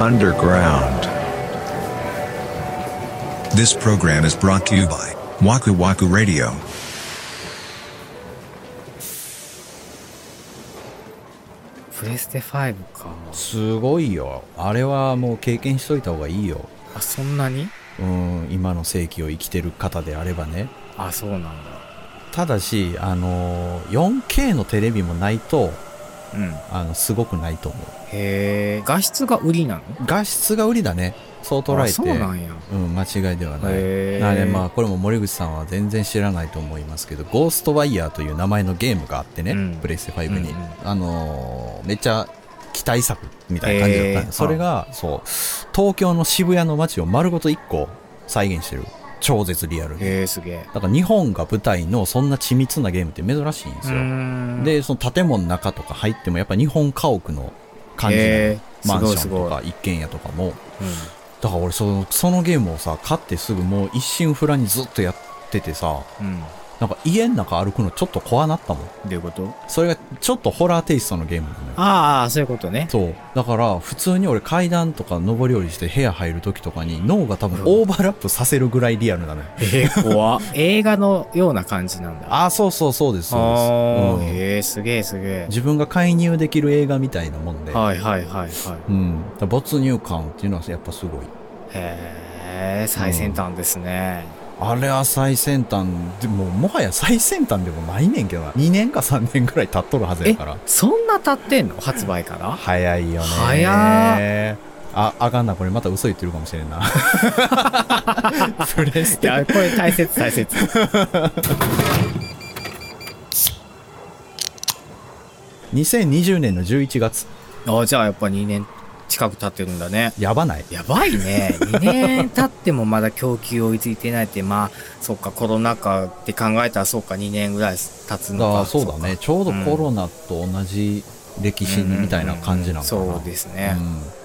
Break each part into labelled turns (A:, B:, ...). A: underground.
B: This program is brought to you by Waku Waku Radio.
C: プレステ5か
D: すごいよあれはもう経験しといた方がいいよ
C: あそんなに
D: うん今の世紀を生きてる方であればね
C: あそうなんだ
D: ただしあのー 4K のテレビもないと
C: うん
D: あのすごくないと思う
C: へえ画質が売りなの
D: 画質が売りだねそう捉
C: あ
D: えて
C: そうなんや
D: うん、間違いではない。
C: へー
D: なのでまあこれも森口さんは全然知らないと思いますけど、ゴーストワイヤーという名前のゲームがあってね、
C: うん
D: プレイステ5に、
C: うんうん
D: あのーめっちゃ期待作みたいな感じだったん
C: へー
D: です。それがそう東京の渋谷の街を丸ごと1個再現してる超絶リアルに。
C: へえすげえ
D: だから日本が舞台のそんな緻密なゲームって珍しいんで
C: う
D: すよ。
C: ーん
D: でその建物の中とか入ってもやっぱ日本家屋の感じの、
C: へー
D: マンシ
C: す
D: ョン
C: ごい
D: と
C: すご
D: か一軒家とかも。
C: うん
D: だから俺そのそのゲームをさ買ってすぐもう一心不乱にずっとやっててさ
C: うん
D: なんか家の中歩くのちょっと怖なったもん
C: どういうこと
D: それがちょっとホラーテイストのゲームなのよ
C: ああそういうことね
D: そうだから普通に俺階段とか上り下りして部屋入る時とかに脳が多分オーバーラップさせるぐらいリアルなのよ、
C: えー、怖っ映画のような感じなんだ
D: ああそうそうそうです
C: あー
D: そうです、
C: へえす
D: うん
C: げえすげえ
D: 自分が介入できる映画みたいなもんで、
C: はいはいはいはい
D: うん、だから没入感っていうのはやっぱすごい
C: へえ最先端ですね、
D: あれは最先端でもうもはや最先端でもないねんけどな2年か3年ぐらい経っとるはずや
C: え
D: から
C: そんな経ってんの発売から
D: 早いよね
C: 早
D: ああかんなこれまた嘘言ってるかもしれんな プレス
C: い
D: テ
C: やこれ大切大切
D: 2020年の11月
C: あじゃあやっぱ2年近く経ってるんだね
D: やばない
C: やばいね2年経ってもまだ供給追いついてないってまあそっかコロナ禍って考えたらそっか2年ぐらい経つ
D: だ
C: の
D: か
C: から
D: そうだねちょうどコロナと同じ歴史みたいな感じなのかな、
C: うんうんうんそうですね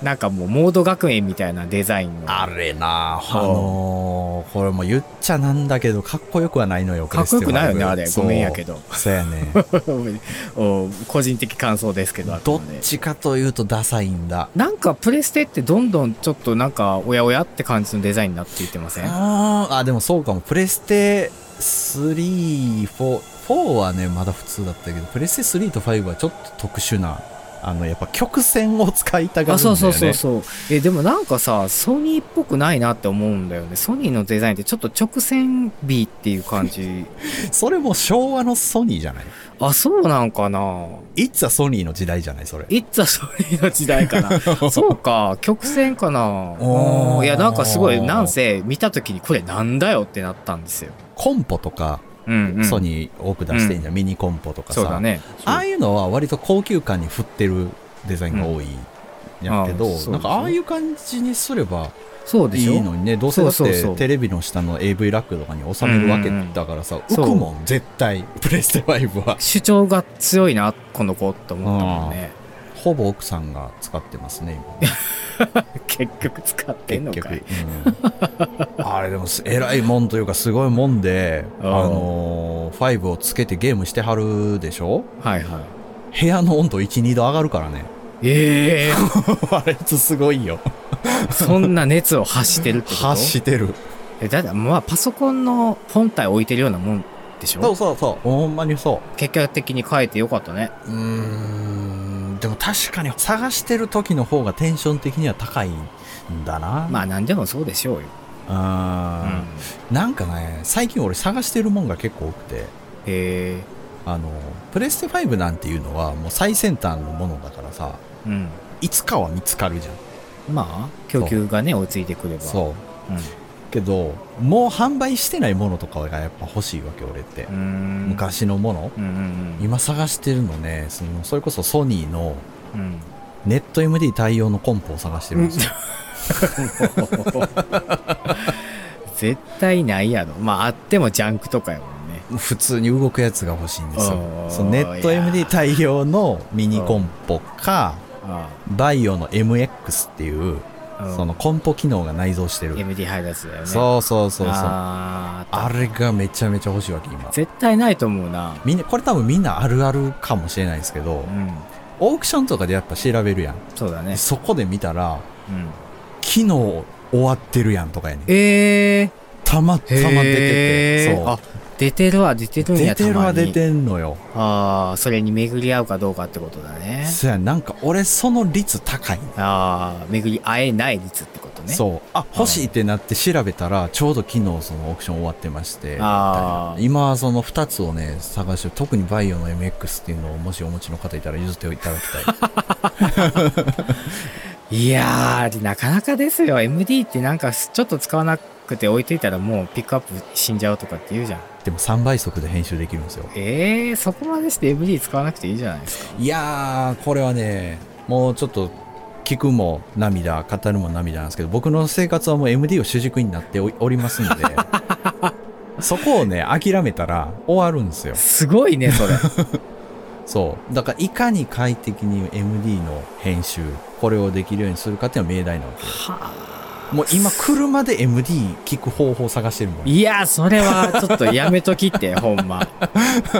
D: うん
C: なんかもうモード学園みたいなデザインの
D: あれなあのーこれも言っちゃなんだけどかっこよくはないのよ
C: かっこよくないよね
D: プレステは
C: あれ
D: そう
C: ごめんやけど
D: そうやね
C: お個人的感想ですけどあく
D: どっ
C: まで
D: ちかというとダサいんだ。
C: なんかプレステってどんどんちょっとなんかおやおやって感じのデザインになっていってません
D: あーあ、でもそうかも。プレステ3、4、4はね、まだ普通だったけど、プレステ3と5はちょっと特殊な、あの、やっぱ曲線を使いたがる
C: あ
D: んだよ
C: そう
D: ね。
C: そうそうそうえでもなんかさソニーっぽくないなって思うんだよねソニーのデザインってちょっと直線美っていう感じ
D: それも昭和のソニーじゃない
C: あそうなんかない
D: つはソニーの時代じゃないそれ。
C: いっつはソニーの時代か なそうか曲線かな
D: おー
C: うんいやなんかすごいなんせ見た時にこれなんだよってなったんですよ、
D: コンポとか、
C: うんうん、
D: ソニー多く出してんじゃん。ミニコンポとかさ。
C: そうだね
D: ああいうのは割と高級感に振ってるデザインが多い。やけど
C: あーそうですね
D: なんかああいう感じにすれば
C: そうでしょ
D: いいのにねどうせだっ
C: そうそうそ
D: て
C: う
D: テレビの下の AV ラックとかに収めるわけだからさ浮くもん絶対プレステ5は
C: 主張が強いなこの子って思ったもんね
D: ほぼ奥さんが使ってますね
C: 結局使ってん
D: 今
C: の
D: 結
C: か
D: 局
C: い、
D: うんあれでもす偉いもんというかすごいもんであ
C: あー
D: のー5をつけてゲームしてはるでしょ
C: はいはい
D: 部屋の温度12度上がるから ね
C: ええ
D: あれすごいよ
C: そんな熱を 発してるってこと
D: 発してる
C: えだってまあパソコンの本体置いてるようなもんでし
D: そう
C: ょ
D: そうそうほんまにそう
C: 結果的に変えてよかったね
D: うーんでも確かに探してる時の方がテンション的には高いんだな、
C: まあ何でもそうでしょうよ、うん
D: あーなんかね最近俺探してるもんが結構多くて
C: へえ
D: あのプレステ5なんていうのはもう最先端のものだからさ
C: うん
D: いつかは見つかるじゃん
C: まあ供給がね追いついてくればう、、
D: そうん
C: う
D: けどもう販売してないものとかがやっぱ欲しいわけ俺って、
C: ーん
D: 昔のもの
C: うんうん
D: 今探してるのねそのそれこそソニーの
C: うんうん
D: ネット MD 対応のコンポを探してるんですよ、
C: 絶対ないやろまああってもジャンクとかやもんね
D: 普通に動くやつが欲しいんですよ
C: おー
D: そのネット
C: いやー
D: MD 対応のミニコンポか
C: あ
D: バイオの MX っていう
C: あ、うん
D: そのコンポ機能が内蔵してる
C: MD 配達だよねう
D: そうそうそうそうあ
C: あー
D: れがめちゃめちゃ欲しいわけ今
C: 絶対ないと思うな
D: みんなこれ多分みんなあるあるかもしれないですけど
C: うん
D: オークションとかでやっぱ調べるやん
C: そうだ
D: で
C: ね
D: そこで見たら
C: うん。
D: 昨日終わってるやんとかやねん
C: ええ
D: たまた
C: ー。
D: ま出て
C: へ
D: て
C: ー
D: そう
C: あ、出てるは出てるんや
D: 出てるは出
C: る。
D: てんのよ
C: ああ、それに巡り合うかどうかってことだね。
D: そやなんか俺その率高いね
C: ああ、巡り会えない率ってことね。う。
D: そうあ欲しいってなって調べたらちょうど昨日そのオークション終わってまして
C: あー
D: 今はその2つをね探して特にバイオの MX っていうのをもしお持ちの方いたら譲っていただき たい
C: いやー、なかなかですよ。MD ってなんかちょっと使わなくて置いといたらもうピックアップ死んじゃうとかって言うじゃん。
D: でも3倍速で編集できるんですよ
C: ええー、そこまでして MD 使わなくていいじゃないですか。
D: いやーこれはねもうちょっと聞くも涙語るも涙なんですけど僕の生活はもう MD を主軸になっておおります のでそこをね諦めたら終わるんですよ
C: すごいね、それ。
D: そう。だから、いかに快適に MD の編集、これをできるようにするかっていうのは命題なわけよ。もう今、車で MD 聞く方法探してるもん。
C: いや、それはちょっとやめときって、ほん ま。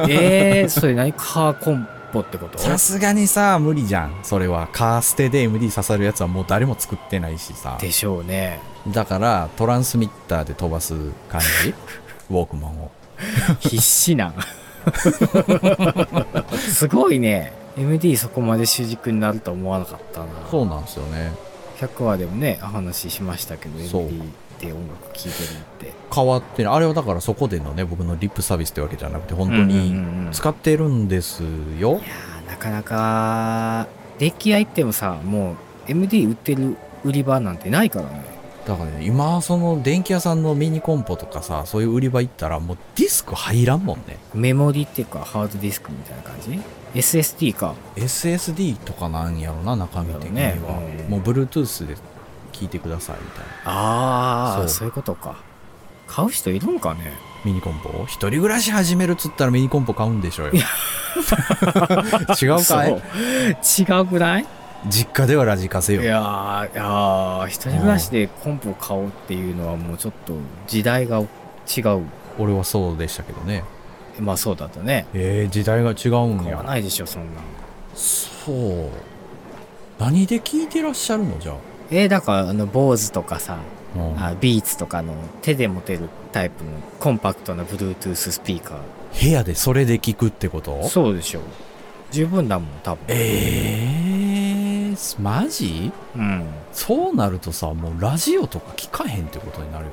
C: ええー、それ何カーコンポってこと
D: さすがにさ、無理じゃん。それは、カーステで MD 刺さるやつはもう誰も作ってないしさ。
C: でしょうね。
D: だから、トランスミッターで飛ばす感 じウォークマンを。
C: 必死なん。すごいね。MD そこまで主軸になると思わなかったな。
D: そうなんですよね。
C: 100話でもね、お話ししましたけど、
D: そう
C: MD って音楽聴いてるって。
D: 変わってないあれはだからそこでのね、僕のリップサービスってわけじゃなくて、本当
C: うんうんうんう
D: に
C: ん
D: 使ってるんですよ
C: い。やー、なかなか、デッキ屋行ってもさ、もう MD 売ってる売り場なんてないからね。
D: だからね、今、その電気屋さんのミニコンポとかさ、そういう売り場行ったら、もうディスク入らんもんね。
C: メモリっていうか、ハードディスクみたいな感じ ?SSD か。
D: SSD とかなんやろな、中身的に
C: だろ
D: は。
C: うねうん
D: もう Bluetooth で聞いてくださいみたいな。
C: ああ
D: そ
C: そうい
D: う
C: うことか買う人いるんかね
D: ミニコンポを一人暮らし始めるっつったらミニコンポ買うんでしょうよ。 違う
C: そ
D: かいう
C: 違うくないい
D: 実家ではラジカセよ。
C: やーいやー一人暮らしでコンポを買おうっていうのはもうちょっと時代が違う
D: 俺はそうでしたけどね。
C: まあそうだとね
D: えー、時代が違うん
C: 買わ
D: や。
C: ないでしょそんなの
D: そう。何で聞いてらっしゃるのじゃあ。
C: えー、だからあの坊主とかさ、
D: うん
C: あビーツとかの手で持てるタイプのコンパクトな Bluetooth スピーカ
D: 部屋でそれで聞くってこと
C: ーそうでしょ十分だもん多分
D: えー、マジ
C: うん
D: そうなるとさもうラジオとか聞かへんってことになるよ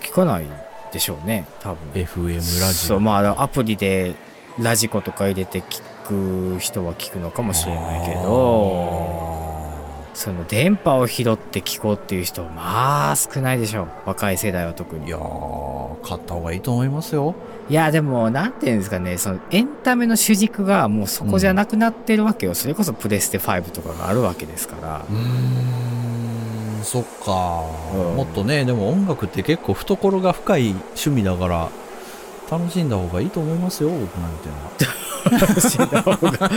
C: 聞かないでしょうね多分
D: ね FM ラジ
C: そ
D: オ
C: うまあアプリでラジコとか入れて聞く人は聞くのかもしれないけど
D: あ
C: その電波を拾って聞こうっていう人はまあ少ないでしょう若い世代は特
D: ー
C: に
D: いやー買った方がいいと思いますよ
C: いやでもなんていうんですかねそのエンタメの主軸がもうそこじゃなくなってるわけよ、それこそプレステ5とかがあるわけですから
D: うーんそっか、
C: うん
D: もっとねでも音楽って結構懐が深い趣味だから楽しんだ方がいいと思いますよ僕なんてのは
C: 死んだ方が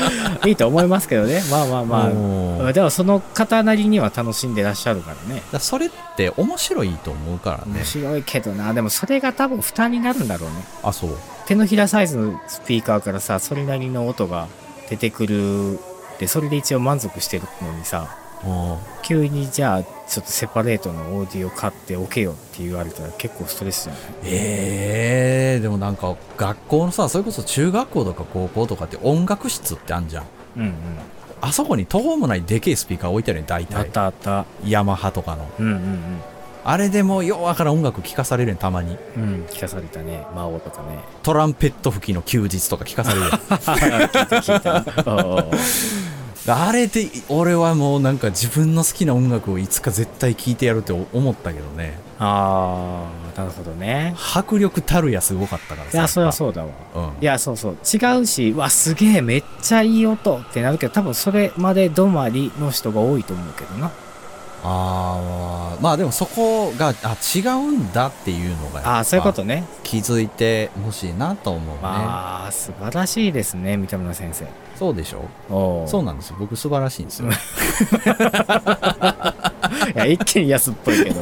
C: いいと思いますけどねまあまあまあ、
D: うんだか
C: でもその方なりには楽しんでらっしゃるからね
D: らそれって面白いと思うからね
C: 面白いけどなでもそれが多分負担になるんだろうね
D: あそう
C: 手のひらサイズのスピーカーからさそれなりの音が出てくるでそれで一応満足してるのにさ
D: うん
C: 急にじゃあちょっとセパレートのオーディオ買っておけよって言われたら結構ストレスじゃない
D: ええでもなんか学校のさそれこそ中学校とか高校とかって音楽室ってあんじゃん
C: うんうん
D: あそこに途方もないでけえスピーカー置いてあるね大
C: あっ
D: 体
C: たあった
D: ヤマハとかの
C: うんうん
D: あれでもうようわからん音楽聴かされるねんたまに
C: うんうん聞かされたね魔王とかね
D: トランペット吹きの休日とか聴かされるやん
C: 聞いた聞いたおうおう
D: あれで俺はもうなんか自分の好きな音楽をいつか絶対聴いてやるって思ったけどね
C: ああなるほどね
D: 迫力たるやすごかったから
C: い
D: さ
C: やそりゃ
D: う
C: そうだわ
D: うん
C: いやそうそう違うしうわすげえめっちゃいい音ってなるけど多分それまで止まりの人が多いと思うけどな
D: ああまあでもそこがあ違うんだっていうのがやっぱ
C: ああそういうことね
D: 気づいてほしいなと思うね、
C: まあ、素晴らしいですね、三田村先生。
D: そうでしょ
C: お
D: そう
C: う
D: なんですよ僕素晴らしいんですよ
C: いや、一見安っぽいけど。